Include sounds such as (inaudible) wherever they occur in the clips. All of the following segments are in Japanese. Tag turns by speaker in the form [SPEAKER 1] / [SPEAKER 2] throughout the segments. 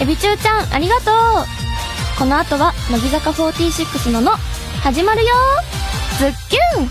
[SPEAKER 1] エビチューちゃんありがとうこの後は乃木坂46のの始まるよズッキュン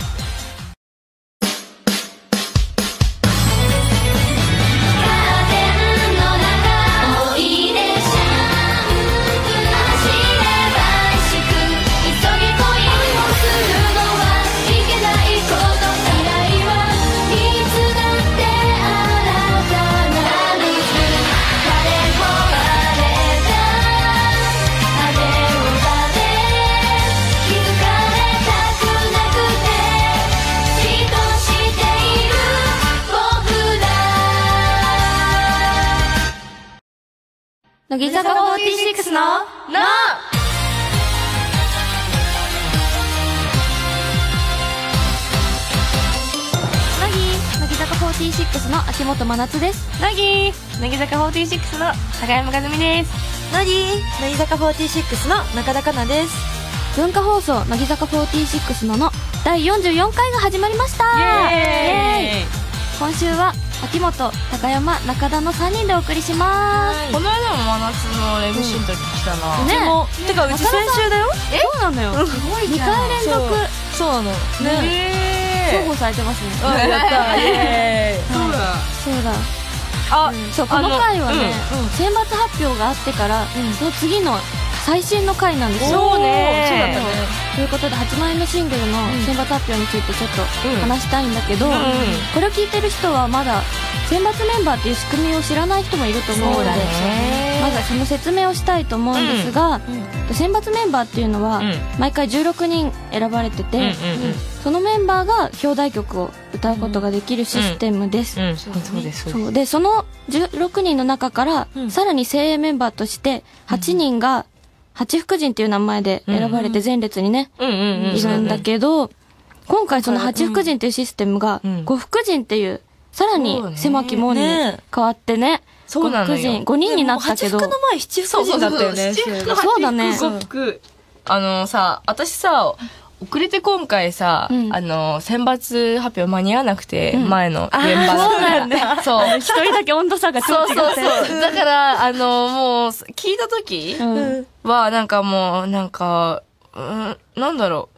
[SPEAKER 1] 乃木坂46のの乃木乃木坂46の秋元真夏です
[SPEAKER 2] 乃木乃木坂46の高山和美です
[SPEAKER 3] 乃木乃木坂46の中田香奈です
[SPEAKER 1] 文化放送乃木坂46のの第44回が始まりましたイエーイ
[SPEAKER 2] イ
[SPEAKER 1] 今週は秋元高山中田の3人でお送りします
[SPEAKER 2] この間も真夏の MC の時来たな、
[SPEAKER 1] ね
[SPEAKER 3] もうてかう
[SPEAKER 1] 中
[SPEAKER 3] ち
[SPEAKER 1] 田さん
[SPEAKER 3] 先週だよ
[SPEAKER 1] そうなのよ
[SPEAKER 3] す
[SPEAKER 1] ごい2回連続
[SPEAKER 3] そうなのね
[SPEAKER 1] 重
[SPEAKER 2] え
[SPEAKER 1] 宝されてますね
[SPEAKER 3] あやったイエーイ
[SPEAKER 2] そうだ
[SPEAKER 1] そうだ
[SPEAKER 2] あ、
[SPEAKER 1] そうこの回はね、
[SPEAKER 3] うんうん
[SPEAKER 1] 選抜発表があってから、その次の最新の回なんですよ
[SPEAKER 2] そうね
[SPEAKER 3] そうだったね
[SPEAKER 1] ということで8枚のシングルの選抜発表についてちょっ
[SPEAKER 2] うん
[SPEAKER 1] と話したいんだけど、
[SPEAKER 2] うんうん
[SPEAKER 1] これを聞いてる人はまだ選抜メンバーっていう仕組みを知らない人もいると思うのでまずはその説明をしたいと思うんですが、選抜メンバーっていうのは、
[SPEAKER 2] うん
[SPEAKER 1] 毎回16人選ばれてて、
[SPEAKER 2] うんうん
[SPEAKER 1] そのメンバーが表題曲を歌うことができるシステムです、
[SPEAKER 2] うんうんそうですそう
[SPEAKER 1] そ
[SPEAKER 2] で
[SPEAKER 1] うでその16人の中から、
[SPEAKER 3] うん
[SPEAKER 1] さらに精鋭メンバーとして8人が、八福神っていう名前で選ばれて前列にね、
[SPEAKER 2] すうんうんうん
[SPEAKER 1] いるんだけど今回その
[SPEAKER 3] うん
[SPEAKER 1] 八福神っていうシステムが
[SPEAKER 2] うん
[SPEAKER 1] 五福神っていうさら
[SPEAKER 2] そう
[SPEAKER 1] に
[SPEAKER 2] ね
[SPEAKER 1] 狭き門に変
[SPEAKER 3] ね
[SPEAKER 1] わってね
[SPEAKER 2] そうなの
[SPEAKER 1] 五
[SPEAKER 2] よ
[SPEAKER 1] 福神5人になったけど
[SPEAKER 3] でも八福の前七福神だったよね
[SPEAKER 2] そうそうそう七福
[SPEAKER 1] 八そうだね
[SPEAKER 2] すごくあのさ私さ遅れて今回さ、
[SPEAKER 1] うん
[SPEAKER 2] あの選抜発表間に合わなくて、
[SPEAKER 1] ん
[SPEAKER 2] 前の現場だから
[SPEAKER 1] そうなんだ
[SPEAKER 2] そう
[SPEAKER 1] 一人だけ温度差がちょ
[SPEAKER 2] そ
[SPEAKER 1] っ
[SPEAKER 2] う
[SPEAKER 1] と
[SPEAKER 2] そ
[SPEAKER 1] 違
[SPEAKER 2] う
[SPEAKER 1] って
[SPEAKER 2] そうだからあのもう聞いた時
[SPEAKER 1] うん
[SPEAKER 3] う
[SPEAKER 1] うん
[SPEAKER 3] ん
[SPEAKER 2] はなんかもうなんかうんなんだろ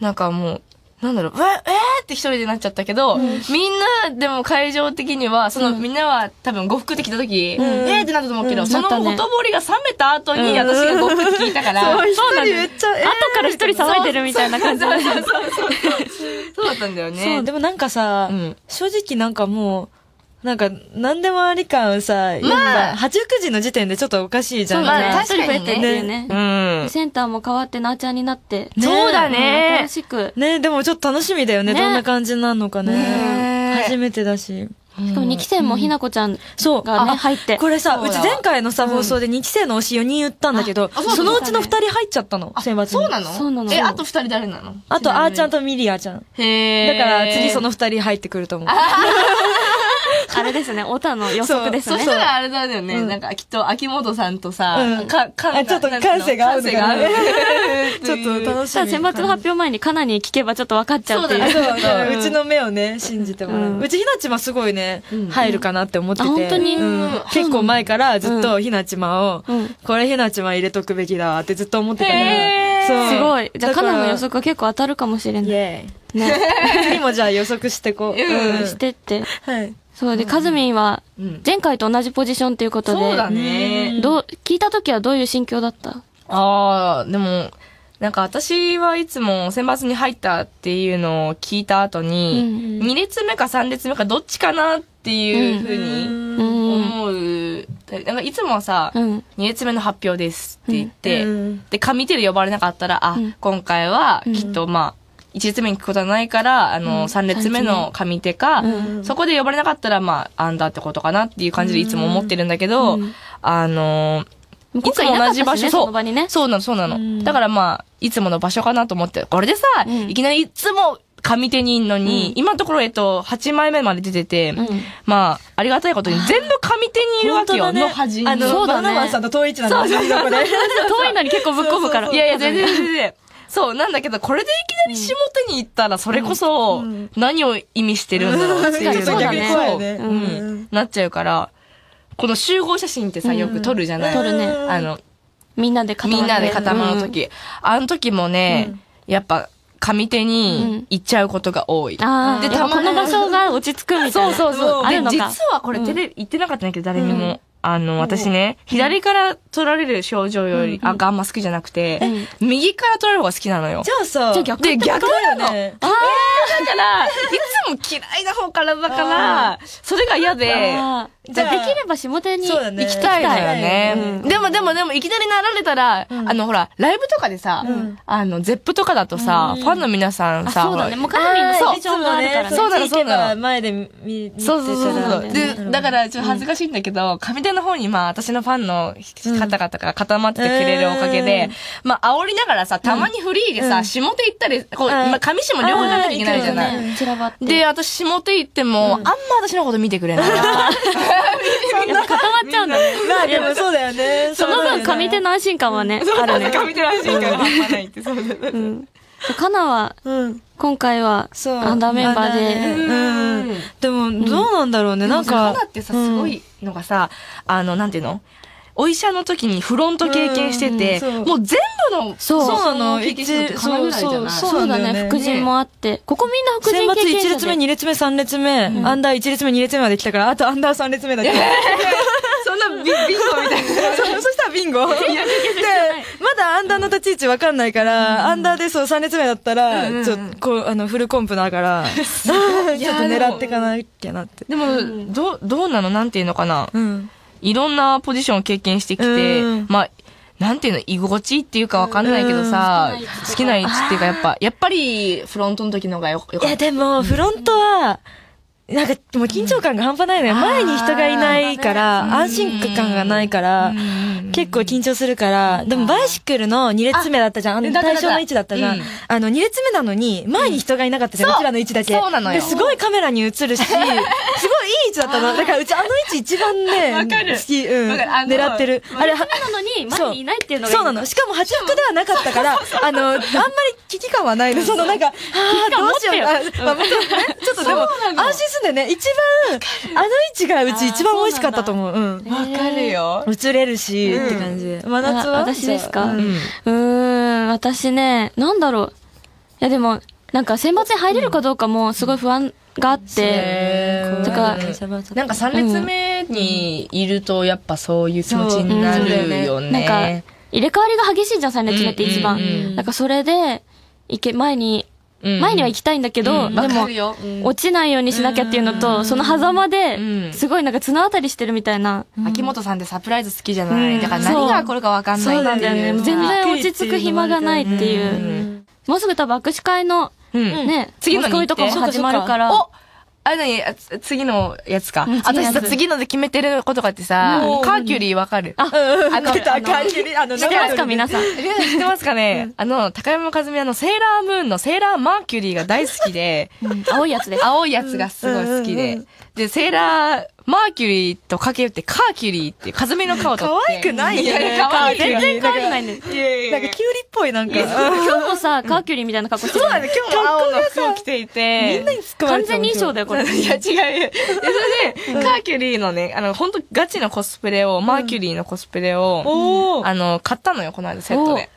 [SPEAKER 2] うなんかもうなんだろう、うわえーって一人でなっちゃったけど、みんな、でも会場的には、その、みんなは多分、呉服って聞いた時、
[SPEAKER 3] ん
[SPEAKER 2] えーってなったと思うけど、
[SPEAKER 1] うん
[SPEAKER 2] その
[SPEAKER 1] なったね
[SPEAKER 2] ほとぼりが冷めた後に、私が呉服って聞いたから、
[SPEAKER 3] そう一
[SPEAKER 1] うな
[SPEAKER 3] 人
[SPEAKER 1] んだ
[SPEAKER 3] めっちゃえー
[SPEAKER 1] 後から一人騒いでるみたいな感じで
[SPEAKER 2] そうだったんだよね。
[SPEAKER 3] そうでもなんかさ
[SPEAKER 2] うん
[SPEAKER 3] 正直なんかもうなんか何でもあり感さ
[SPEAKER 2] まあ
[SPEAKER 3] やっぱ八福神の時点でちょっとおかしいじゃ
[SPEAKER 2] そ
[SPEAKER 3] ん
[SPEAKER 2] うだね
[SPEAKER 1] まあ一人
[SPEAKER 2] 確
[SPEAKER 1] 増
[SPEAKER 2] か
[SPEAKER 1] え
[SPEAKER 2] にね
[SPEAKER 1] てっていうね
[SPEAKER 2] うん。
[SPEAKER 1] センターも変わってなーちゃんになって
[SPEAKER 3] ね
[SPEAKER 2] そうだね
[SPEAKER 1] 新。しく
[SPEAKER 3] ねでもちょっと楽しみだよね
[SPEAKER 1] ね
[SPEAKER 3] どんな感じになるのかね
[SPEAKER 2] ね
[SPEAKER 3] 初めてだし
[SPEAKER 2] し
[SPEAKER 1] しかも2期生もひなこちゃん
[SPEAKER 3] そう
[SPEAKER 1] がね
[SPEAKER 3] あ
[SPEAKER 1] 入って
[SPEAKER 3] これさ
[SPEAKER 2] そうう
[SPEAKER 3] ち
[SPEAKER 2] だ
[SPEAKER 3] 前回のさ放送で2期生の推し4人言ったんだけど
[SPEAKER 2] ああそうだ
[SPEAKER 3] そのうちの2人入っちゃったの選抜に
[SPEAKER 2] そうなの
[SPEAKER 1] そうなの
[SPEAKER 2] え、あと二人誰なの
[SPEAKER 3] あとあーちゃん
[SPEAKER 2] と。
[SPEAKER 3] とミリアちゃん
[SPEAKER 2] へー
[SPEAKER 3] だから次そ、の2人入ってくると思う
[SPEAKER 1] あれですねオタの予測です
[SPEAKER 2] そ
[SPEAKER 1] ね
[SPEAKER 2] したらあれだよね、
[SPEAKER 3] うん
[SPEAKER 2] なんかきっと秋元さんとさ、
[SPEAKER 3] うん
[SPEAKER 2] か、か
[SPEAKER 3] あちょっと
[SPEAKER 2] なんていうの
[SPEAKER 3] 感性が合うの
[SPEAKER 2] 感性
[SPEAKER 3] か
[SPEAKER 2] が
[SPEAKER 3] な
[SPEAKER 2] 合う。
[SPEAKER 3] (laughs) ちょっと楽
[SPEAKER 1] そし
[SPEAKER 3] した
[SPEAKER 1] ら
[SPEAKER 3] み
[SPEAKER 1] 選抜の発表前にカナに聞けばちょっと分かっちゃうって
[SPEAKER 2] そう
[SPEAKER 1] い
[SPEAKER 2] だ
[SPEAKER 1] う
[SPEAKER 2] ね
[SPEAKER 3] そうだね
[SPEAKER 2] うん
[SPEAKER 3] うちの目をね信じてもら
[SPEAKER 1] う
[SPEAKER 3] うんうちひなちますごいね
[SPEAKER 2] うん
[SPEAKER 3] 入るかなって思って
[SPEAKER 1] あ本
[SPEAKER 3] て
[SPEAKER 1] 当に
[SPEAKER 3] うん結構前からずっ
[SPEAKER 1] う
[SPEAKER 3] とひなちまを
[SPEAKER 1] うん
[SPEAKER 3] これひなちま入れとくべきだってずっと思ってたから
[SPEAKER 2] へー
[SPEAKER 3] そう
[SPEAKER 1] すごいじゃあ
[SPEAKER 3] だか
[SPEAKER 1] カ
[SPEAKER 3] ら
[SPEAKER 1] ナの予測は結構当たるかもしれ
[SPEAKER 3] イ
[SPEAKER 1] ない
[SPEAKER 3] エ
[SPEAKER 1] ね
[SPEAKER 3] ーイ次もじゃあ予測してこう
[SPEAKER 2] うん
[SPEAKER 3] うん
[SPEAKER 1] してって
[SPEAKER 3] はい
[SPEAKER 1] そうでカズミンは
[SPEAKER 2] うん
[SPEAKER 1] 前回と同じポジションということ
[SPEAKER 2] そうだ
[SPEAKER 1] で
[SPEAKER 2] ね。
[SPEAKER 1] どう聞いた時はどういう心境だった
[SPEAKER 2] ああ、でも、なんか私はいつも選抜に入ったっていうのを聞いた後に、
[SPEAKER 3] うん
[SPEAKER 2] 2列目か3列目かどっちかなっていうふうに、
[SPEAKER 1] う
[SPEAKER 3] うん
[SPEAKER 1] ん
[SPEAKER 2] 思う、なんかいつもはさ、
[SPEAKER 1] うん
[SPEAKER 2] 2列目の発表ですって言って、
[SPEAKER 3] うん
[SPEAKER 2] で、紙手で呼ばれなかったら、あ、
[SPEAKER 1] うん
[SPEAKER 2] 今回は
[SPEAKER 1] うん
[SPEAKER 2] きっとまあ、1列目に聞くことはないから、あの、3列目の紙手か、
[SPEAKER 1] うん
[SPEAKER 2] そこで呼ばれなかったら、まあ、アンダーってことかなっていう感じでいつも思ってるんだけど、
[SPEAKER 1] うん
[SPEAKER 2] あの
[SPEAKER 1] 今回いなかったしね
[SPEAKER 2] いつも同じ場所
[SPEAKER 1] その場にね
[SPEAKER 2] そうなの、そうなの。
[SPEAKER 3] うん
[SPEAKER 2] だからまあ、いつもの場所かなと思って、これでさ、
[SPEAKER 1] うん
[SPEAKER 2] いきなりいつも上手にいんのに、
[SPEAKER 1] うん
[SPEAKER 2] 今のところ、えっと、8枚目まで出てて、
[SPEAKER 1] うん
[SPEAKER 2] まあ、ありがたいことに全部上手にいるわけよ、
[SPEAKER 3] 本当だね
[SPEAKER 2] の端に。
[SPEAKER 3] あの、
[SPEAKER 1] そうだね
[SPEAKER 3] バナナマンさんと遠い位置なんだよ、そこで。
[SPEAKER 1] 遠いのに結構ぶっ込むから
[SPEAKER 2] いやいや、全然全然。そう、なんだけど、これでいきなり下手に行ったら、それこそ
[SPEAKER 3] うん、
[SPEAKER 2] 何を意味してるんだろうっていう
[SPEAKER 1] そうだね
[SPEAKER 2] そう
[SPEAKER 3] ね
[SPEAKER 2] うんなっちゃうから、この集合写真ってさ、よく撮るじゃない、
[SPEAKER 1] 撮るね
[SPEAKER 2] あの、
[SPEAKER 1] みんなで固ま
[SPEAKER 2] み
[SPEAKER 1] って
[SPEAKER 2] んなで固まる時、あの時もね、やっぱ、上手に行っちゃうことが多い。
[SPEAKER 1] ああ
[SPEAKER 2] で
[SPEAKER 1] でた
[SPEAKER 2] たま
[SPEAKER 1] ま
[SPEAKER 2] に
[SPEAKER 1] この場所が落ち着くみたい
[SPEAKER 2] そう
[SPEAKER 1] な
[SPEAKER 2] そうそう。
[SPEAKER 1] あ
[SPEAKER 2] で
[SPEAKER 1] る、の
[SPEAKER 2] 実
[SPEAKER 1] か
[SPEAKER 2] はこれテレビ言ってなかったんだけど、誰にも。あの、私ね、左から撮られる症状より、あ、があんま好きじゃなくて、右から撮られる方が好きなのよ。
[SPEAKER 3] じゃあさ、
[SPEAKER 1] じゃあ逆
[SPEAKER 2] で、逆なの。
[SPEAKER 3] ね
[SPEAKER 1] あ
[SPEAKER 2] だから、いつも嫌いな方からだから、それが嫌で、
[SPEAKER 1] あ
[SPEAKER 3] ー
[SPEAKER 1] じゃあ
[SPEAKER 3] じ
[SPEAKER 1] で
[SPEAKER 3] ゃあ
[SPEAKER 1] きれば下手に
[SPEAKER 3] そうだね
[SPEAKER 1] 行
[SPEAKER 2] 行
[SPEAKER 1] き
[SPEAKER 2] き
[SPEAKER 1] た
[SPEAKER 2] た
[SPEAKER 1] い
[SPEAKER 2] い
[SPEAKER 1] の
[SPEAKER 2] の
[SPEAKER 1] よ
[SPEAKER 2] よね。
[SPEAKER 3] うん
[SPEAKER 2] でもでもでも、いきなりなられたら、
[SPEAKER 3] うん
[SPEAKER 2] あの、ほら、ライブとかでさ、
[SPEAKER 3] うん
[SPEAKER 2] あの、ゼップとかだとさ、
[SPEAKER 3] うん
[SPEAKER 2] ファンの皆さん
[SPEAKER 1] あ
[SPEAKER 2] さ、
[SPEAKER 1] そうだねもうカ
[SPEAKER 2] ほ
[SPEAKER 1] ロ
[SPEAKER 2] ら
[SPEAKER 1] リーの
[SPEAKER 2] そう
[SPEAKER 1] セクションがあるからね
[SPEAKER 2] そうなの
[SPEAKER 3] そっち行け
[SPEAKER 2] そうな
[SPEAKER 3] ば
[SPEAKER 2] の
[SPEAKER 3] 前で見、見て
[SPEAKER 2] そうそうそう
[SPEAKER 1] そう
[SPEAKER 2] そ
[SPEAKER 1] な
[SPEAKER 2] う。
[SPEAKER 1] んだ
[SPEAKER 2] で
[SPEAKER 1] よ、
[SPEAKER 2] だから、ちょっと恥ずかしいんだけど、上手の方に、まあ、私のファンの方々が固まっててくれるおかげで、まあ、煽りながらさ、たまにフリーで
[SPEAKER 3] う
[SPEAKER 2] さ、
[SPEAKER 3] ん
[SPEAKER 2] 下手行ったり、こう、
[SPEAKER 3] うん
[SPEAKER 2] まあ、上下も両方行かなきゃいけないじゃ
[SPEAKER 3] あー
[SPEAKER 2] ない。
[SPEAKER 1] ね散らばって
[SPEAKER 2] で、私、下手行っても、あんま私のこと見てくれない。
[SPEAKER 1] 固まっちゃうんだね
[SPEAKER 3] まあでもそうだよね。
[SPEAKER 1] その
[SPEAKER 3] うだよ
[SPEAKER 1] 分
[SPEAKER 3] ね
[SPEAKER 1] 上手の安心感はねあるね
[SPEAKER 2] 上手らしいから、半端ないって、そうそうそう
[SPEAKER 1] うんそうかなは
[SPEAKER 3] うん。
[SPEAKER 1] 今回は
[SPEAKER 3] そう。
[SPEAKER 1] アンダーメンバーで
[SPEAKER 3] うん。うんでも、どうなんだろうね。
[SPEAKER 2] な
[SPEAKER 3] なんん
[SPEAKER 2] か、花
[SPEAKER 3] か、
[SPEAKER 2] ってさ、すごいのがさ、あの、なんていうのお医者の時にフロント経験してて、
[SPEAKER 3] うんうんそう
[SPEAKER 2] もう全部の、
[SPEAKER 1] そう
[SPEAKER 3] そうなの
[SPEAKER 2] 経験してるのってかなぐらいじゃない
[SPEAKER 3] 一
[SPEAKER 2] そ
[SPEAKER 3] そう
[SPEAKER 1] そう
[SPEAKER 3] な
[SPEAKER 1] だ
[SPEAKER 3] んだよね
[SPEAKER 1] ね、副陣もあって。ここみんな副
[SPEAKER 3] 選
[SPEAKER 1] 陣
[SPEAKER 3] 抜
[SPEAKER 1] 経験者
[SPEAKER 3] 1
[SPEAKER 1] で
[SPEAKER 3] 列目、2列目、3列目、
[SPEAKER 1] ん
[SPEAKER 3] アンダー1列目、2列目まで来たから、あとアンダー3列目だけ。
[SPEAKER 2] んなビビンゴみたいな。
[SPEAKER 3] そう (laughs) そしたらビンゴ。で、まだアンダーの立ち位置わかんないから、アンダーでそう3列目だったら、
[SPEAKER 2] うんうんうん
[SPEAKER 3] ちょっと、こう、あの、フルコンプだから、 (laughs) ちょっと狙っていかなきゃなって。
[SPEAKER 2] でも、どう、どうなのなんていうのかな
[SPEAKER 3] うん。
[SPEAKER 2] いろんなポジションを経験してきて、
[SPEAKER 3] うん
[SPEAKER 2] まあ、なんていうの、居心地っていうかわかんないけどさ、
[SPEAKER 1] うん
[SPEAKER 2] 好きな位置っていうか、やっぱ、やっぱり、フロントの時の方がよよ
[SPEAKER 3] い
[SPEAKER 2] か
[SPEAKER 3] や、
[SPEAKER 2] った。
[SPEAKER 3] でも、フロントは、なんか、もう緊張感が半端ないのよ。
[SPEAKER 2] うん
[SPEAKER 3] 前に人がいないから、安心感がないから、結構緊張するから、でもバイシクルの2列目だったじゃん。あの
[SPEAKER 2] だった
[SPEAKER 3] 対象の位置だったじゃ
[SPEAKER 2] うんん。
[SPEAKER 3] あの、2列目なのに、前に人がいなかったじゃん。
[SPEAKER 2] そう
[SPEAKER 3] うちらの位置だけ。
[SPEAKER 2] そうなのよ
[SPEAKER 3] で、すごいカメラに映るし、す
[SPEAKER 2] (laughs)
[SPEAKER 3] ごいいい位置だったの。だから、うちあの位置一番ね、
[SPEAKER 2] わかる
[SPEAKER 3] 好き、うん、
[SPEAKER 2] わかるあの
[SPEAKER 3] 狙ってる。あれ、は
[SPEAKER 1] なのに、前にいないっていうのが。
[SPEAKER 3] そうなの。。しかも、八福ではなかったから、あの、あんまり危機感はないの。その、なんか、ああ、どうしよう。あまあもちろんねちょっとでも、安心すんでね、一番、あの位置がうち一番美味しかったと思う。うん。
[SPEAKER 2] わかるよ。
[SPEAKER 3] 映れるし、って感じ。真夏は
[SPEAKER 1] あ私ですか
[SPEAKER 3] うん
[SPEAKER 2] うん。
[SPEAKER 1] うーん、私ね、なんだろう。いやでも、なんか選抜に入れるかどうかもすごい不安があって。
[SPEAKER 2] え
[SPEAKER 1] とか
[SPEAKER 2] なんか3列目にいるとやっぱそういう気持ちになるよね。
[SPEAKER 1] なんか、入れ替わりが激しいじゃん、3列目って一
[SPEAKER 2] うんうんう
[SPEAKER 1] 番。
[SPEAKER 2] ん
[SPEAKER 1] なんかそれで、いけ、前に、
[SPEAKER 2] うん
[SPEAKER 1] 前には行きたいんだけど、
[SPEAKER 2] うん
[SPEAKER 1] で
[SPEAKER 2] わか
[SPEAKER 1] も
[SPEAKER 2] る、よ。うん
[SPEAKER 1] 落ちないようにしなきゃっていうのと、その狭間
[SPEAKER 2] う
[SPEAKER 1] で、
[SPEAKER 2] ん
[SPEAKER 1] すごいなんか綱渡りしてるみたいな。
[SPEAKER 2] 秋元さんってサプライズ好きじゃない。
[SPEAKER 3] うん
[SPEAKER 2] だから何が起こるかわかんない
[SPEAKER 1] そうなんだよね。全然落ち着く暇がないっていうう。
[SPEAKER 2] ん
[SPEAKER 1] もうすぐ多分握手会の、
[SPEAKER 2] うん。
[SPEAKER 1] ね、
[SPEAKER 2] 次のに行って
[SPEAKER 1] とかも始まるから。
[SPEAKER 2] おあれ何あつ次のやつか
[SPEAKER 1] うん。次のや
[SPEAKER 2] 私
[SPEAKER 1] つ
[SPEAKER 2] さ、次ので決めてることがあってさ
[SPEAKER 1] う、
[SPEAKER 2] カーキュリーわかる
[SPEAKER 1] あ
[SPEAKER 2] あの、
[SPEAKER 3] 出た、
[SPEAKER 2] あの
[SPEAKER 3] 赤い指あの、
[SPEAKER 1] 知ってますか皆
[SPEAKER 3] さ
[SPEAKER 1] さん。
[SPEAKER 2] 皆さん知ってますかねあの、高山和美あの、セーラームーンのセーラーマーキュリーが大好きで、
[SPEAKER 1] 青いやつです。
[SPEAKER 2] 青いやつがすごい好き
[SPEAKER 3] うんうん
[SPEAKER 2] で。で、セーラー、マーキュリーと掛け打って、カーキュリーっていう、風見の顔と。
[SPEAKER 3] 可愛くないよね
[SPEAKER 2] いやいや、可愛い。
[SPEAKER 3] カーキュリー
[SPEAKER 1] 全然可愛くないね。
[SPEAKER 2] いやいやいや
[SPEAKER 3] なんか、キュウリっぽい、なんか。うん
[SPEAKER 1] 今日もさ、カーキュリーみたいな格好してる。
[SPEAKER 2] なんだ今日も青の服を着ていて。
[SPEAKER 3] みんなに突っ込まれ
[SPEAKER 1] 完
[SPEAKER 3] てた
[SPEAKER 1] 全
[SPEAKER 3] もん
[SPEAKER 1] に衣装だよ、これ。
[SPEAKER 2] いや、違うよ。でそれで、カーキュリーのね、あの、本当ガチのコスプレを、マーキュリーのコスプレを、
[SPEAKER 3] おお。
[SPEAKER 2] あの、買ったのよ、この間セットで。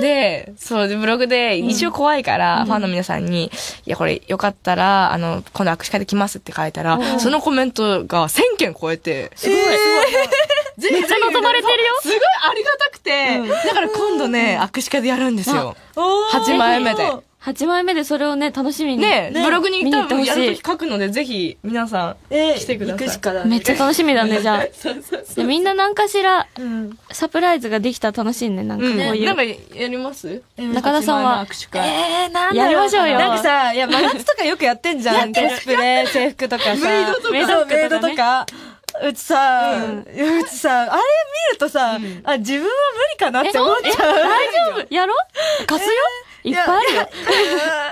[SPEAKER 2] で、そう、でブログで、一応怖いから、ファンの皆さんに、いや、これよかったら、あの、今度握手会で来ますって書いたら、そのコメントが1000件超えて、
[SPEAKER 3] すごい。
[SPEAKER 1] ちゃ
[SPEAKER 2] めっ
[SPEAKER 1] 望まれてるよ
[SPEAKER 2] すごいありがたくて、だから今度ね、握手会でやるんですよ。
[SPEAKER 3] おー
[SPEAKER 2] 8枚目で。
[SPEAKER 1] 8枚目でそれをね、楽しみに。
[SPEAKER 2] ね
[SPEAKER 3] ね
[SPEAKER 2] ブログに
[SPEAKER 1] 見に行
[SPEAKER 2] 多
[SPEAKER 1] ってほ
[SPEAKER 2] 分
[SPEAKER 1] しい
[SPEAKER 2] やるとき書くので、ぜひ、皆さん、
[SPEAKER 3] え
[SPEAKER 2] 来てください
[SPEAKER 3] 行くしかだね
[SPEAKER 1] めっちゃ楽しみだね、じゃあ。
[SPEAKER 2] そうそうそう。
[SPEAKER 1] でみんな何かしら、
[SPEAKER 3] うん。
[SPEAKER 1] サプライズができたら楽しいね、なんかこう
[SPEAKER 2] うん、
[SPEAKER 1] い
[SPEAKER 2] なん
[SPEAKER 1] う。
[SPEAKER 2] かやります
[SPEAKER 1] 中田さんは
[SPEAKER 2] 八枚の握手会。
[SPEAKER 3] えー、なんだろ
[SPEAKER 1] やりましょうよ
[SPEAKER 3] なんかさ、いや、真夏とかよくやってんじゃん。コスプレ、制服とかさ。
[SPEAKER 2] メイドとか
[SPEAKER 1] メイド
[SPEAKER 3] そう
[SPEAKER 1] 服とかね
[SPEAKER 3] メイドとか。うちさ、うちさ、あれ見るとさ、あ、自分は無理かなって思っちゃう。
[SPEAKER 1] 大丈夫やろ貸すよいっぱいあるよ。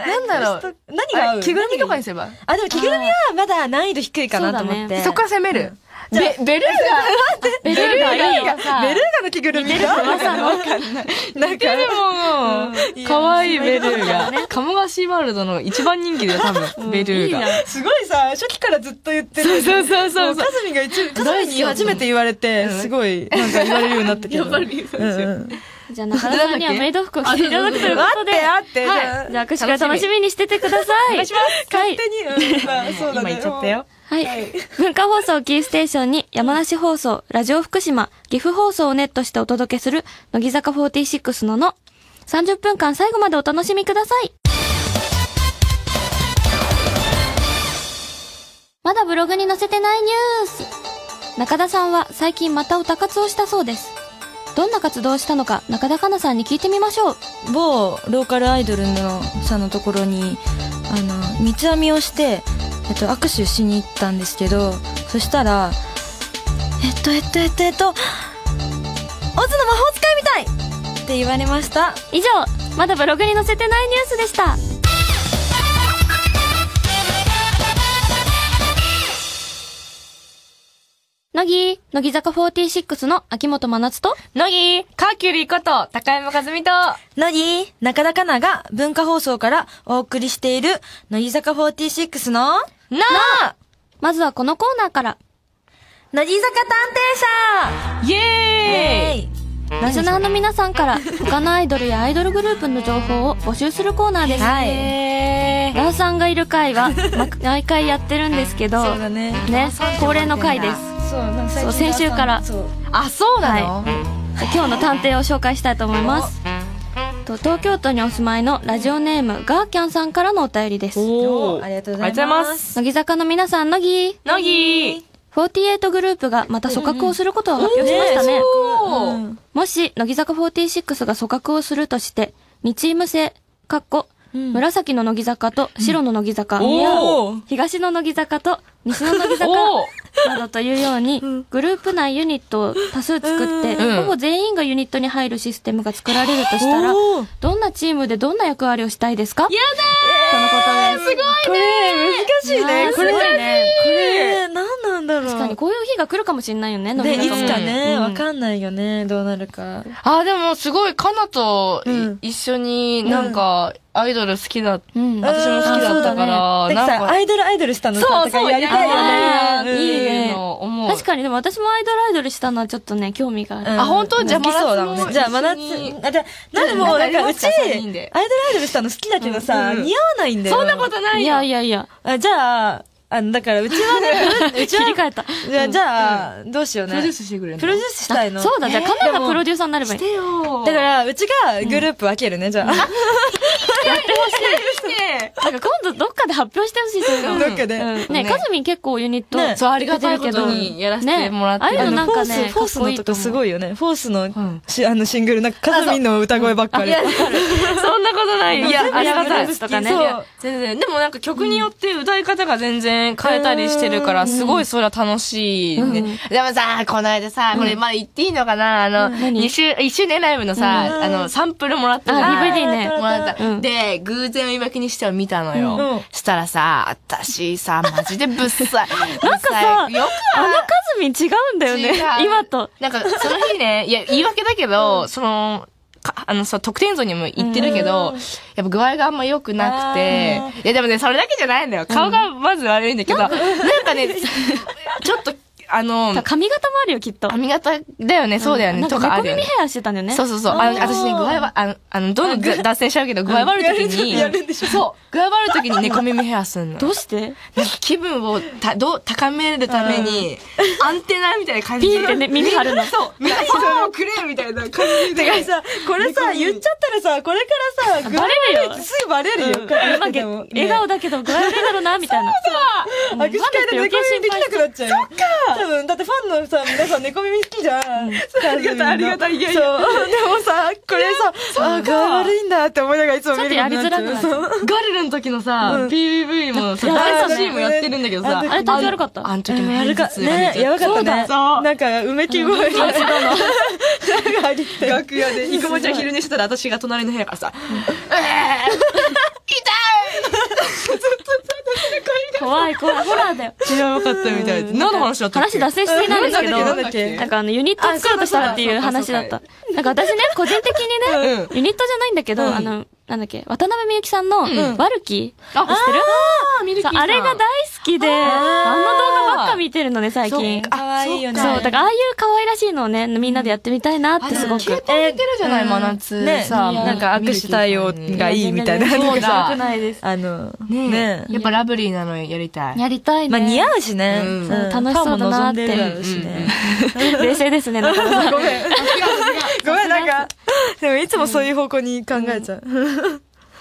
[SPEAKER 2] なんだろう。
[SPEAKER 3] 何が合う
[SPEAKER 2] 着ぐるみとかにすれば。
[SPEAKER 3] あ、でも着ぐるみはまだ難易度低いかなと
[SPEAKER 1] そ
[SPEAKER 3] 思っ
[SPEAKER 1] うだ
[SPEAKER 3] て。
[SPEAKER 1] ね
[SPEAKER 2] そっから攻める。ベベルー
[SPEAKER 1] ベルーガいいよ。
[SPEAKER 3] ベルーガの着ぐるみ
[SPEAKER 1] まさ
[SPEAKER 3] かんない。なんか
[SPEAKER 2] で、も、
[SPEAKER 3] うん
[SPEAKER 2] 可愛いベル
[SPEAKER 1] い
[SPEAKER 2] ー
[SPEAKER 1] や
[SPEAKER 2] が、鴨川シーワールドの一番人気だよ、多 (laughs) 分、ベルー
[SPEAKER 1] いい
[SPEAKER 2] が。
[SPEAKER 1] な
[SPEAKER 3] すごいさ、初期からずっと言ってる。
[SPEAKER 2] そうそうそうそう
[SPEAKER 3] もカズミが一、カズ
[SPEAKER 2] 大
[SPEAKER 3] ミ
[SPEAKER 2] 好
[SPEAKER 3] に
[SPEAKER 2] き
[SPEAKER 3] 初めて言われて、
[SPEAKER 2] うん
[SPEAKER 3] すごい、なんか言われるようになったけど。
[SPEAKER 2] やっぱりそうですよ
[SPEAKER 3] んん
[SPEAKER 1] じゃあ中田さんにはメイド服を着ていただくということで。
[SPEAKER 3] あってあって
[SPEAKER 1] はい。じゃあ握手会楽しみにしててください。お願いします。はい。
[SPEAKER 3] 勝手に、うん、まあ、そうだ
[SPEAKER 2] 今
[SPEAKER 3] ね。
[SPEAKER 2] 言っちゃったよ。
[SPEAKER 1] はい。文化放送キーステーションに山梨放送、ラジオ福島、岐阜放送をネットしてお届けする、乃木坂46のの、30分間最後までお楽しみください。まだブログに載せてないニュース中田さんは最近またオタ活をしたそうです。どんな活動をしたのか中田香奈さんに聞いてみましょう。
[SPEAKER 4] 某ローカルアイドルのさんのところにあの三つ編みをして、えっと、握手しに行ったんですけどそしたらえっとえっとえっとえっと「オズの魔法使いみたい!」って言われました
[SPEAKER 1] 以上、まだブログに載せてないニュースでした。乃木、乃木坂46の秋元真夏と、
[SPEAKER 2] 乃木、カーキュリーこと、高山和美と、
[SPEAKER 4] 乃木中田香奈が文化放送からお送りしている乃木坂46の
[SPEAKER 2] なあ
[SPEAKER 1] まずはこのコーナーから、
[SPEAKER 4] 乃木坂探偵
[SPEAKER 2] イ
[SPEAKER 4] 者
[SPEAKER 2] エーイ
[SPEAKER 4] イエーイ
[SPEAKER 1] リスナーの皆さんから、他のアイドルやアイドルグループの情報を募集するコーナーです。
[SPEAKER 4] は
[SPEAKER 1] ラ
[SPEAKER 4] い
[SPEAKER 1] オさんがいる回は、ま (laughs) 毎回やってるんですけど、
[SPEAKER 4] そうだね
[SPEAKER 1] ね、恒例の回です。
[SPEAKER 3] そう、なんか最
[SPEAKER 1] そう、先週から。
[SPEAKER 3] そう。
[SPEAKER 2] あ、そうなの
[SPEAKER 1] 今日の探偵を紹介したいと思いますと東京都にお住まいのラジオネームガーキャンさんからのお便りです
[SPEAKER 2] お
[SPEAKER 4] お
[SPEAKER 2] ー
[SPEAKER 4] ーありがとうございます
[SPEAKER 2] ありがとうございす。
[SPEAKER 1] 乃木坂の皆さん乃木
[SPEAKER 2] 乃木
[SPEAKER 1] 48グループがまた組閣をすることを発表しましたね,、
[SPEAKER 2] おー
[SPEAKER 1] もし乃木坂46が組閣をするとして2チーム制かっこ紫の乃木坂と白の乃木坂、
[SPEAKER 2] んおー
[SPEAKER 1] 東の乃木坂と西の乃木坂
[SPEAKER 2] おー
[SPEAKER 1] などというように、グループ内ユニットを多数作って、
[SPEAKER 2] う
[SPEAKER 1] ほ
[SPEAKER 2] ん
[SPEAKER 1] ぼ全員がユニットに入るシステムが作られるとしたら、どんなチームでどんな役割をしたいですか
[SPEAKER 2] や
[SPEAKER 1] とのことです。
[SPEAKER 3] これ、難しいね。これ、
[SPEAKER 1] すごいね。
[SPEAKER 3] これ、何なんだろう。
[SPEAKER 1] 確かにこういう日が来るかもしれないよね、乃
[SPEAKER 3] で、
[SPEAKER 1] 木
[SPEAKER 3] い
[SPEAKER 1] 坂も
[SPEAKER 3] つかね、
[SPEAKER 2] うん
[SPEAKER 3] わかんないよね、どうなるか。
[SPEAKER 2] だーあ、でもすごい、かなとい
[SPEAKER 3] うん
[SPEAKER 2] 一緒になんか、アイドル好きだ、
[SPEAKER 1] うん。
[SPEAKER 2] 私も好きだったから、
[SPEAKER 3] だって
[SPEAKER 2] なん
[SPEAKER 3] さ、ア
[SPEAKER 2] か、
[SPEAKER 3] イドルアイドルしたのさ
[SPEAKER 2] そう
[SPEAKER 3] とか
[SPEAKER 2] そう、
[SPEAKER 3] やりたいよ
[SPEAKER 2] やりたいなー
[SPEAKER 3] ね。
[SPEAKER 2] っ
[SPEAKER 3] うん
[SPEAKER 2] ていうのを思う。
[SPEAKER 1] 確かに、でも私もアイドルアイドルしたのはちょっとね、興味がある。
[SPEAKER 3] うん
[SPEAKER 2] あ、本当じゃあ、
[SPEAKER 3] 好きそうだもん
[SPEAKER 2] 真夏も
[SPEAKER 3] ね。じゃあ、真
[SPEAKER 2] 一緒に
[SPEAKER 3] 夏、あ、じゃあ、なんでもう、なんか、うち、ア
[SPEAKER 2] 三
[SPEAKER 3] イド
[SPEAKER 2] 人
[SPEAKER 3] ル
[SPEAKER 2] で
[SPEAKER 3] アイドルしたの好きだけどさ、
[SPEAKER 2] うんうん
[SPEAKER 3] 似合わないんだよ。
[SPEAKER 2] そんなことない
[SPEAKER 1] い
[SPEAKER 2] よ。
[SPEAKER 1] やいやいや、
[SPEAKER 3] あじゃあ、あの、だから、うちは
[SPEAKER 1] (laughs)
[SPEAKER 3] ね、うち
[SPEAKER 1] 切り
[SPEAKER 3] は、
[SPEAKER 1] 替えた。
[SPEAKER 3] じゃあ、じゃあ、どうしよう
[SPEAKER 2] プ
[SPEAKER 3] ね。
[SPEAKER 2] ロデュースしてくれるの
[SPEAKER 3] プロデュースしたいの。
[SPEAKER 1] そうだ、じゃあカメラがプロデューサーになればいい。
[SPEAKER 2] してよ
[SPEAKER 3] だから、うちがグループ分けるね、じゃあ。
[SPEAKER 2] ね
[SPEAKER 1] なんか今度どっかで発表してほしい、そういうの。
[SPEAKER 3] どっかで。
[SPEAKER 1] うんね、カズミン結構ユニット。
[SPEAKER 3] ね
[SPEAKER 2] そう、ありがたいことにやらせてもらって
[SPEAKER 1] ねああいうの
[SPEAKER 3] あ
[SPEAKER 2] る。
[SPEAKER 1] なん
[SPEAKER 3] のフォ
[SPEAKER 1] か
[SPEAKER 3] ー
[SPEAKER 1] ね
[SPEAKER 3] ス、フォー
[SPEAKER 1] か
[SPEAKER 3] スのと
[SPEAKER 1] っこいいと思う
[SPEAKER 3] かすごいよね。フォースの
[SPEAKER 2] ん、
[SPEAKER 3] しあの、シングル、なんか、カズミンの歌声ばっかり。
[SPEAKER 2] (laughs) そんなことないよ。いや、ありがたい。
[SPEAKER 1] とかね
[SPEAKER 2] そう。全然。でもなんか曲によって歌い方が全然変えたりしてるから、すごいそれは楽しいね。でもさ、この間さ、これまあ言っていいのかなあの、
[SPEAKER 1] 何
[SPEAKER 2] 2週、1周年ライブのさ、あの、サンプルもらったの
[SPEAKER 1] あ DVD ね
[SPEAKER 2] も
[SPEAKER 3] (laughs)
[SPEAKER 2] らっ
[SPEAKER 1] う
[SPEAKER 2] た。
[SPEAKER 1] ん
[SPEAKER 2] で、偶然を今きにしては見たのよ。
[SPEAKER 3] うん
[SPEAKER 2] したらさ、私さ、マジでぶっさい。
[SPEAKER 1] (laughs) なんかさ
[SPEAKER 2] ぶっいよく
[SPEAKER 1] あのカズミン違うんだよね
[SPEAKER 2] 違う。
[SPEAKER 1] 今と。
[SPEAKER 2] なんか、その日ね、いや、言い訳だけど、その、かあの、そう、得点像にも言ってるけど、やっぱ具合があんま良くなくて、いや、でもね、それだけじゃないんだよ。顔がまず悪いんだけど、なんか
[SPEAKER 1] (laughs)
[SPEAKER 2] ね、ちょっと、あの、
[SPEAKER 1] 髪型もあるよ、きっと。
[SPEAKER 2] 髪型だよね、そうだよね、
[SPEAKER 1] なん
[SPEAKER 2] と
[SPEAKER 1] か
[SPEAKER 2] かあ
[SPEAKER 1] 猫
[SPEAKER 2] るよ
[SPEAKER 1] 耳
[SPEAKER 2] ね。
[SPEAKER 1] ヘアしてたんだよね。
[SPEAKER 2] そうそうそう。あの、私ね、具合は、あの、あのどんどん脱線しちゃうけど、具合悪い時に、
[SPEAKER 3] やるんでしょ
[SPEAKER 2] そう、具合悪い時に猫耳ヘアすんの。
[SPEAKER 1] どうして
[SPEAKER 2] なんか気分をたどう高めるために、アンテナみたいな感じ
[SPEAKER 1] ピ
[SPEAKER 2] で。
[SPEAKER 1] ーンってね、耳張るの。
[SPEAKER 2] そう、みんなそうくれみたいな感じ
[SPEAKER 3] て
[SPEAKER 2] で。
[SPEAKER 3] かさ、これさ、言っちゃったらさ、これからさ、
[SPEAKER 1] バレるよ
[SPEAKER 3] グラムすぐバレるよ。
[SPEAKER 1] まあげ笑顔だけど具合悪いだろうな、みたいな。
[SPEAKER 3] 握手会で猫耳できなくなっちゃうよ。そっか多分、だってファンのさ、皆さん猫耳好きじゃん。あ
[SPEAKER 2] りがたいありがたいいやいや
[SPEAKER 3] そう。でもさ、これさ、あ、具合悪いんだって思いながらいつも見るようになっちゃう
[SPEAKER 1] ちょっとやりづらくな
[SPEAKER 2] ガリルの時のさ、
[SPEAKER 3] うん
[SPEAKER 2] PVV もさ、第3シーンもやってるんだけどさ、
[SPEAKER 3] あ
[SPEAKER 1] あれ、体調悪かった。
[SPEAKER 2] あの時もや
[SPEAKER 3] やるか、ね、やばかったね。
[SPEAKER 2] そうだ
[SPEAKER 3] なんか、うめき声が。なんかありきた
[SPEAKER 2] 楽屋で、ニコモちゃん昼寝してたら私が隣の部屋からさ、えぇ痛いずっとさ、私の声
[SPEAKER 1] 怖い怖い。ホラーだよ。
[SPEAKER 2] 知らなかったみたいで。何の話だったっ
[SPEAKER 1] 話
[SPEAKER 2] け
[SPEAKER 1] 脱線しすぎなんですけど、
[SPEAKER 3] なんだっけ
[SPEAKER 1] なんかあの、ユニットを作ろうとしたらっていう話だった。なんか私ね、個人的にね、ユニットじゃないんだけど、あの、なんだっけ、渡辺美幸さんの、ワルキー、知ってる
[SPEAKER 2] あーミルキ
[SPEAKER 1] そ
[SPEAKER 2] ー
[SPEAKER 1] う
[SPEAKER 2] さん
[SPEAKER 1] あれが大好きで、あの動画ばっか見てるのね、最近。
[SPEAKER 2] そっ
[SPEAKER 1] そ
[SPEAKER 2] か
[SPEAKER 4] 可愛いよ
[SPEAKER 1] う、
[SPEAKER 4] ね。
[SPEAKER 1] だからああいう可愛らしいのをね、みんなでやってみたいなってすご
[SPEAKER 2] あ
[SPEAKER 1] く。
[SPEAKER 2] 携帯似てるじゃない、真夏。
[SPEAKER 3] ね
[SPEAKER 2] さ、
[SPEAKER 3] なんか握手対応がいいみたいな。
[SPEAKER 2] そうだ
[SPEAKER 3] (laughs) なんか
[SPEAKER 1] くないです。
[SPEAKER 3] あの、
[SPEAKER 2] ね
[SPEAKER 3] ね
[SPEAKER 2] やっぱラブリーなのやりたい。
[SPEAKER 1] やりたいね。
[SPEAKER 3] まあ似合うしね。
[SPEAKER 2] うん
[SPEAKER 3] ん
[SPEAKER 1] そう楽しそうだなって
[SPEAKER 3] ファンも望んでるだろうしね。
[SPEAKER 1] 冷静ですね、中野さん
[SPEAKER 3] ごめん。ごめん、なんか、でもいつもそういう方向に考えちゃう。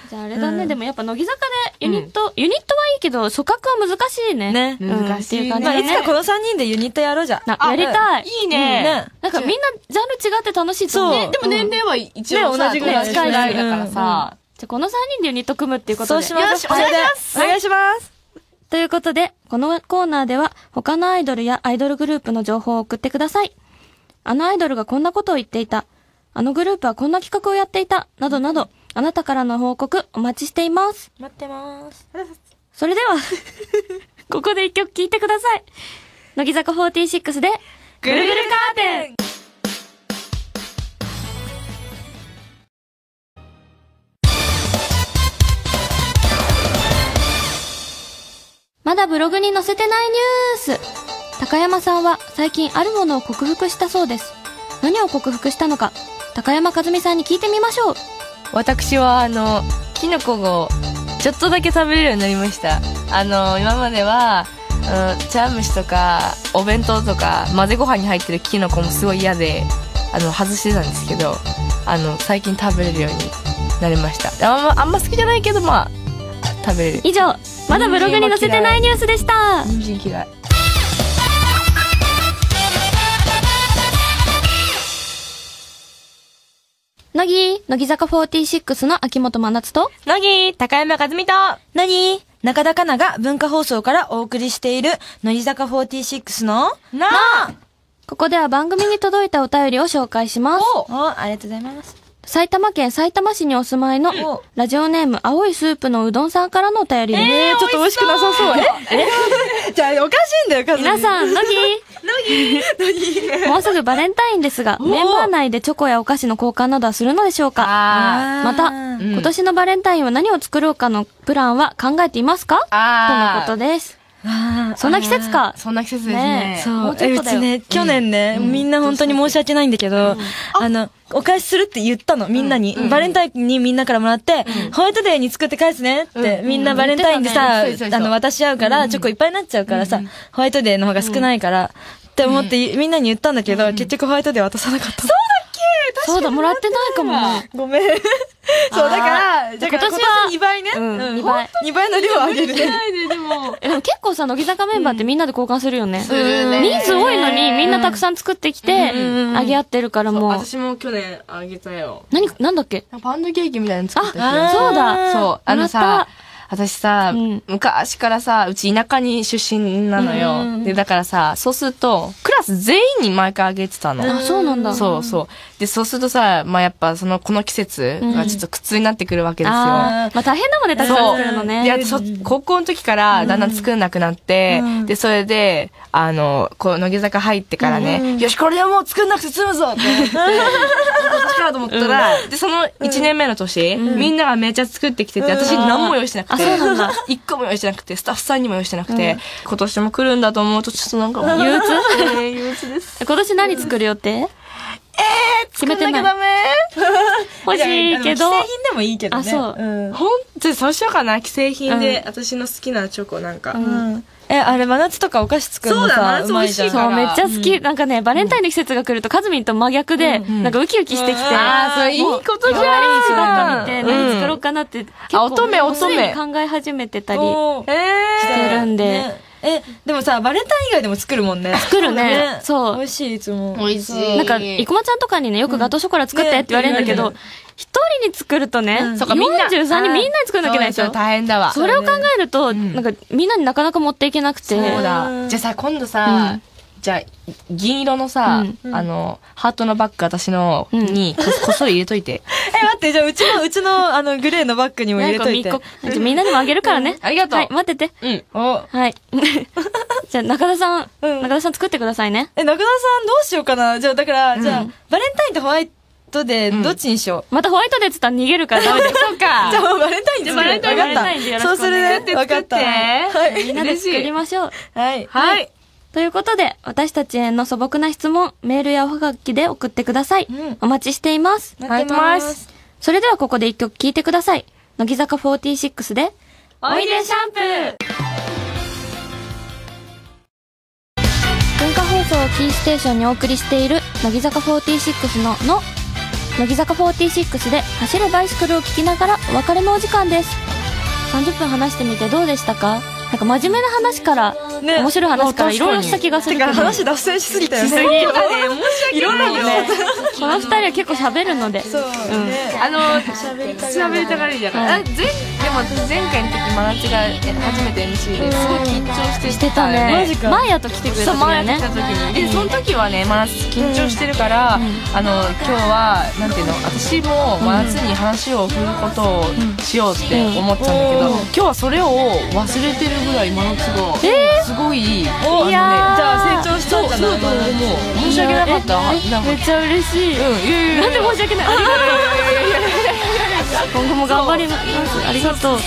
[SPEAKER 1] じゃああれだね、
[SPEAKER 3] うん
[SPEAKER 1] でもやっぱ乃木坂でユニット、ユニットはいいけど、組閣は難しいね。
[SPEAKER 3] ね
[SPEAKER 1] うん
[SPEAKER 2] 難しいね
[SPEAKER 1] ってう感じだ
[SPEAKER 3] まあ、
[SPEAKER 1] ね
[SPEAKER 3] いつかこの3人でユニットやろうじゃん。
[SPEAKER 1] な、やりたい。
[SPEAKER 2] いいね。
[SPEAKER 1] なんかみんなジャンル違って楽しいと思う。
[SPEAKER 3] そう
[SPEAKER 1] ね
[SPEAKER 2] で
[SPEAKER 1] で
[SPEAKER 2] も年齢は一応
[SPEAKER 3] ね
[SPEAKER 2] さ、
[SPEAKER 3] 同じぐ
[SPEAKER 1] らい
[SPEAKER 2] 同じぐらいだから
[SPEAKER 3] 近い
[SPEAKER 2] さ。
[SPEAKER 1] じゃあこの3人でユニット組むっていうことで。
[SPEAKER 3] そうします。
[SPEAKER 2] よしお願いします
[SPEAKER 3] お願いします。
[SPEAKER 1] ということで、このコーナーでは他のアイドルやアイドルグループの情報を送ってください。あのアイドルがこんなことを言っていた。あのグループはこんな企画をやっていた。などなど、あなたからの報告お待ちしています。
[SPEAKER 4] 待ってます。
[SPEAKER 1] それでは、ここで一曲聴いてください。乃木坂46で、
[SPEAKER 2] ぐるぐるカーテン
[SPEAKER 1] まだブログに載せてないニュース高山さんは最近あるものを克服したそうです。何を克服したのか、高山和美さんに聞いてみましょう。
[SPEAKER 2] 私はあのキノコをちょっとだけ食べれるようになりましたあの今までは、うん、茶碗蒸しとかお弁当とか混ぜご飯に入ってるキノコもすごい嫌であの外してたんですけどあの最近食べれるようになりましたあん,、まあんま好きじゃないけどまあ食べれる
[SPEAKER 1] 以上、まだブログに載せてないニュースでした。
[SPEAKER 2] 人参嫌い
[SPEAKER 1] 乃木、乃木坂46の秋元真夏と、
[SPEAKER 4] 乃木、高山和美と、乃木、中田香奈が文化放送からお送りしている、乃木坂46の、
[SPEAKER 2] な
[SPEAKER 1] ここでは番組に届いたお便りを紹介します。
[SPEAKER 4] お、ありがとうございます。
[SPEAKER 1] 埼玉県埼玉市にお住まいの、ラジオネーム青いスープのうどんさんからのお便りです。
[SPEAKER 3] えー、ちょっと美味しくなさそう。え (laughs) じゃあ、おかしいんだよ、カズミ
[SPEAKER 1] 皆さん、乃木乃木もうすぐバレンタインですが、メンバー内でチョコやお菓子の交換などはするのでしょうか
[SPEAKER 2] あ
[SPEAKER 1] また、
[SPEAKER 2] ん
[SPEAKER 1] 今年のバレンタインは何を作ろうかのプランは考えていますかとの
[SPEAKER 2] あ
[SPEAKER 1] ことです。
[SPEAKER 3] あー
[SPEAKER 1] そんな季節か。
[SPEAKER 2] そんな季節ですね
[SPEAKER 1] ねえ
[SPEAKER 3] そう
[SPEAKER 1] もうちょっとだよ
[SPEAKER 3] えうちね、去年ね、みんな本当に申し訳ないんだけど、あの、お返しするって言ったの、みんなに。バレンタインにみんなからもらって、ホワイトデーに作って返すねって、みんなバレンタインでさ、
[SPEAKER 2] 言ってたねそうそう
[SPEAKER 3] あ
[SPEAKER 2] そう
[SPEAKER 3] の、渡し合うから、チョコいっぱいになっちゃうからさ、ホワイトデーの方が少ないから、って思ってみんなに言ったんだけど、結局ホワイトデー渡さなかった。そう
[SPEAKER 1] そうだ、もらってないかもね。
[SPEAKER 3] ごめん。
[SPEAKER 1] (laughs)
[SPEAKER 3] そう、だから、だから
[SPEAKER 1] 今年は
[SPEAKER 3] 2倍ね。う
[SPEAKER 1] うん
[SPEAKER 3] ん
[SPEAKER 1] 二倍。
[SPEAKER 3] 2倍の量をあげるね。
[SPEAKER 2] ででも
[SPEAKER 1] えでも結構さ、乃木坂メンバーってみんなで交換するよね。
[SPEAKER 2] するね
[SPEAKER 1] 人数多いのに、みんなたくさん作ってきて、あげ合ってるから (laughs) もう。
[SPEAKER 2] 私も去年あげたよ
[SPEAKER 1] 何、なんだっけ
[SPEAKER 2] なんかパウンドケーキみたいなの作った気がする
[SPEAKER 1] あそうだ
[SPEAKER 2] そう。あの
[SPEAKER 1] もらっ
[SPEAKER 2] さ、私さ、
[SPEAKER 1] うん
[SPEAKER 2] 昔からさ、うち田舎に出身なのよ。で、だからさ、そうすると、クラス全員に毎回あげてたの。
[SPEAKER 1] あ、そうなんだ。
[SPEAKER 2] そうそう。で、そうするとさ、まあ、やっぱその、この季節がちょっと苦痛になってくるわけですよ。
[SPEAKER 1] あーまあ大変だもんね、たくさん作るのね。
[SPEAKER 2] いや、そ、高校の時からだんだん作んなくなって、で、それで、あの、こう、乃木坂入ってからね、よし、これでもう作んなくて済むぞって (laughs) 思って、こっちからと思ったら、で、その1年目の年、みんながめっちゃ作ってきてて、私何も用意してなくて、一個も用意してなくて、スタッフさんにも用意してなくて、今年も来るんだと思うと、ちょっとなんかもう憂鬱 (laughs) えー憂鬱です。
[SPEAKER 1] 今年何作る予定
[SPEAKER 2] 作んなきゃ
[SPEAKER 1] 決めて
[SPEAKER 2] ダ
[SPEAKER 1] な
[SPEAKER 2] メ
[SPEAKER 1] 欲しいけど
[SPEAKER 3] 既。製品でもいいけどね。
[SPEAKER 1] あそうん
[SPEAKER 2] ほんと、そうしようかな、既製品で、私の好きなチョコなんか。
[SPEAKER 3] え、あれ、真夏とかお菓子作るの
[SPEAKER 2] そうだ
[SPEAKER 3] さ、
[SPEAKER 2] 真夏
[SPEAKER 3] うまいじゃん。
[SPEAKER 2] 美味しいか
[SPEAKER 1] そ
[SPEAKER 2] ら
[SPEAKER 1] う、めっちゃ好き。なんかね、バレンタインの季節が来ると、カズミンと真逆で、なんかウキウキしてきて。
[SPEAKER 2] あーそういいことじゃん
[SPEAKER 1] もう周りにばっか見て、
[SPEAKER 2] うん
[SPEAKER 1] 何作ろうかなって、結
[SPEAKER 2] あ乙女乙女
[SPEAKER 1] すでに考え始めてたり。
[SPEAKER 3] おー
[SPEAKER 2] え
[SPEAKER 1] してるんで
[SPEAKER 3] ねえ、でもさ、バレンタイン以外でも作るもんね。
[SPEAKER 1] 作るねそう
[SPEAKER 3] 美味しい、いつも。
[SPEAKER 2] 美味しい
[SPEAKER 1] なんか、生駒ちゃんとかにね、よくガトーショコラ作ってって言われるんだけ
[SPEAKER 3] ね
[SPEAKER 1] ど、一人に作るとね、
[SPEAKER 2] そうか、みんな。
[SPEAKER 1] 43人みんなに作んなきゃいけないでし
[SPEAKER 2] そう
[SPEAKER 1] ょ
[SPEAKER 2] だ。大変だわ。
[SPEAKER 1] それを考えると、なんか、みんなになかなか持っていけなくて。
[SPEAKER 2] そうだ。じゃあさ、今度さ、ちゃ銀色のさ、あの、ハートのバッグ私の、
[SPEAKER 1] うん
[SPEAKER 2] にこ、こっそり入れといて。
[SPEAKER 3] え、待って、じゃあうちの、うちの、あの、グレーのバッグにも入れといて。
[SPEAKER 2] なん
[SPEAKER 3] は
[SPEAKER 1] じ
[SPEAKER 2] か
[SPEAKER 1] ゃあみんなにもあげるからね。
[SPEAKER 2] ありがとう
[SPEAKER 1] はい、待ってて。
[SPEAKER 2] みっこうん。お、
[SPEAKER 1] はい。 (laughs) じゃあ中田さん、
[SPEAKER 3] うん
[SPEAKER 1] 中田さん作ってくださいね。
[SPEAKER 3] え、中田さんどうしようかな。じゃあ、だから、じゃあ、バレンタインとホワイトで
[SPEAKER 2] ん
[SPEAKER 3] どっちにしよう。
[SPEAKER 1] またホワイトデーっつったら逃げるからダ
[SPEAKER 2] (laughs)
[SPEAKER 1] メだよ。そうか
[SPEAKER 3] じゃあ、バレンタインで
[SPEAKER 1] じゃあバレンタインバレンタインでよろしく
[SPEAKER 3] そうする
[SPEAKER 1] お願い
[SPEAKER 3] ね。わかった。
[SPEAKER 2] は
[SPEAKER 1] みんなで作りましょう。
[SPEAKER 3] はい。
[SPEAKER 2] はい。
[SPEAKER 1] ということで、私たちへの素朴な質問、メールやおはがきで送ってください。
[SPEAKER 3] ん
[SPEAKER 1] お待ちしています。
[SPEAKER 3] 待ってま。
[SPEAKER 2] 待ってます
[SPEAKER 1] それではここで一曲聴いてください。乃木坂46で、
[SPEAKER 2] おいでシャンプー
[SPEAKER 1] 文化放送をキーステーションにお送りしている、乃木坂46のの、乃木坂46で走るバイシクルを聴きながらお別れのお時間です。30分話してみてどうでしたかなんか真面目な話から、
[SPEAKER 3] ね
[SPEAKER 1] 面白い話から
[SPEAKER 2] あ確かに
[SPEAKER 1] いろいろした気がする
[SPEAKER 3] て
[SPEAKER 1] けど、
[SPEAKER 3] か、話脱線しすぎたよね。
[SPEAKER 2] しすぎ
[SPEAKER 3] そう
[SPEAKER 2] だね。申し訳ないよ。
[SPEAKER 1] この二人は結構喋るので。
[SPEAKER 3] そうね。
[SPEAKER 2] あの、喋りたがりじゃない。あ前、でも私前回の時、真夏が初めて MC ですごい緊張して
[SPEAKER 1] してたね。
[SPEAKER 3] マジか
[SPEAKER 1] マーヤと来てくれ
[SPEAKER 2] そ
[SPEAKER 1] た
[SPEAKER 2] うん
[SPEAKER 1] だよ
[SPEAKER 2] 前やっ
[SPEAKER 1] ね
[SPEAKER 2] て。た時に、でその時はね真夏緊張してるから、あの今日はなんていうの私も真夏に話を振ることをしようって思ってたんだけど、今日はそれを忘れてるぐらい真夏が、すごいい
[SPEAKER 1] いやー
[SPEAKER 3] じゃあ、成長し
[SPEAKER 2] そう
[SPEAKER 3] たん
[SPEAKER 2] そう
[SPEAKER 3] じゃ
[SPEAKER 2] と思う
[SPEAKER 3] ない
[SPEAKER 2] 申し訳なかった
[SPEAKER 1] え
[SPEAKER 2] なんか
[SPEAKER 1] めっちゃ嬉しい。
[SPEAKER 2] うんいやいやいや
[SPEAKER 1] なんで申し訳ない。ありがとう。今後も頑張ります。ありがとう。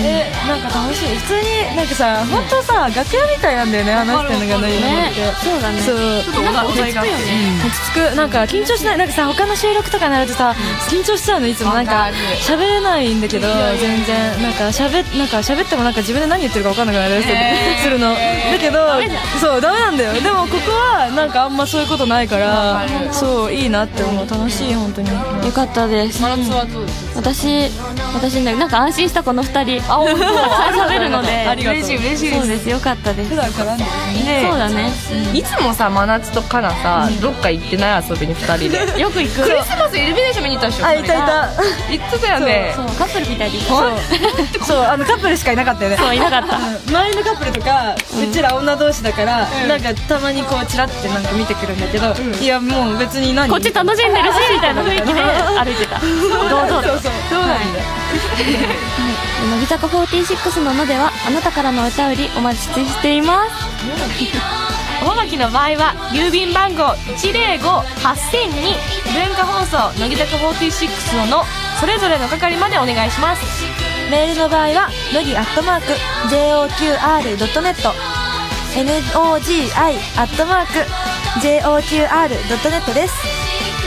[SPEAKER 3] え、なんか楽しい。普通に、なんかさ、本当さ、楽屋みたいなんだよね、話してるのがね、今
[SPEAKER 1] ね
[SPEAKER 3] って。、
[SPEAKER 1] そうだね。
[SPEAKER 3] そう。
[SPEAKER 2] ちょっとお題お題
[SPEAKER 1] 落ち着
[SPEAKER 2] が
[SPEAKER 1] くよね
[SPEAKER 3] 落ち着くなんか緊張しないなんかさ他の収録とかになるとさ緊張しちゃうのいつもなん
[SPEAKER 2] わ
[SPEAKER 3] か
[SPEAKER 2] かる
[SPEAKER 3] 喋れないんだけど全然なんか喋なんか喋ってもなんか自分で何言ってるか分かんなくなる
[SPEAKER 2] えー
[SPEAKER 3] するのだけどそうダメなんだよでもここはなんかあんまそういうことないか
[SPEAKER 2] わ
[SPEAKER 3] ら
[SPEAKER 2] かる
[SPEAKER 3] そういいなって思う楽しい本当に
[SPEAKER 1] よかったです。
[SPEAKER 2] 真夏はどうです
[SPEAKER 1] 私、私ね、なんか安心したこの二人。あ、本当。喋るので。
[SPEAKER 3] ありがとう
[SPEAKER 2] 嬉しい嬉しいで
[SPEAKER 1] そう
[SPEAKER 2] す
[SPEAKER 1] です。よかったです。
[SPEAKER 3] 普
[SPEAKER 1] そう
[SPEAKER 3] 段からんで
[SPEAKER 1] だね。
[SPEAKER 2] いつもさ真夏とかなさどっか行ってない遊びに2人で (laughs)
[SPEAKER 1] よく行く。
[SPEAKER 2] クリスマスイルミネーション見に行ったでしょ
[SPEAKER 3] あいたいた
[SPEAKER 2] 行ってたよね
[SPEAKER 1] そう、カップルみたいで。
[SPEAKER 3] そ
[SPEAKER 1] そう
[SPEAKER 3] そうあのカップルしかいなかったよね
[SPEAKER 1] う、いなかった。
[SPEAKER 3] 周りのカップルとか、うちら女同士だから、なんかたまにこうチラってなんか見てくるんだけど、いやもう別に何
[SPEAKER 1] こっち楽しんでるし、みたいな雰囲気 (laughs) で歩いてた。堂々と。
[SPEAKER 3] そうそうなんだよ
[SPEAKER 1] 乃木坂46ののではあなたからのお便りお待ちしています
[SPEAKER 2] おはがきの場合は郵便番号1058000に文化放送乃木坂46ののそれぞれの係までお願いします
[SPEAKER 4] メールの場合は乃木アットマーク JOQR.net NOGI アットマーク JOQR.net です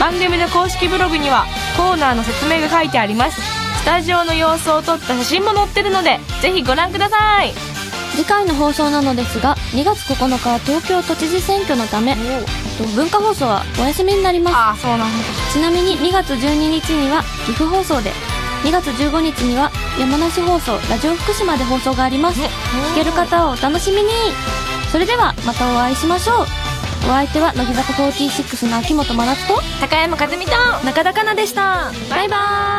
[SPEAKER 2] 番組の公式ブログにはコーナーの説明が書いてありますスタジオの様子を撮った写真も載ってるのでぜひご覧ください
[SPEAKER 1] 次回の放送なのですが2月9日は東京都知事選挙のためえっと文化放送はお休みになりま
[SPEAKER 2] ああそうなんだ
[SPEAKER 1] すちなみに2月12日には岐阜放送で2月15日には山梨放送ラジオ福島で放送があります聞ける方はお楽しみにそれではまたお会いしましょうお相手は乃木坂46の秋元真夏と
[SPEAKER 2] 高山和美と
[SPEAKER 1] 中田香奈でしたバイバイ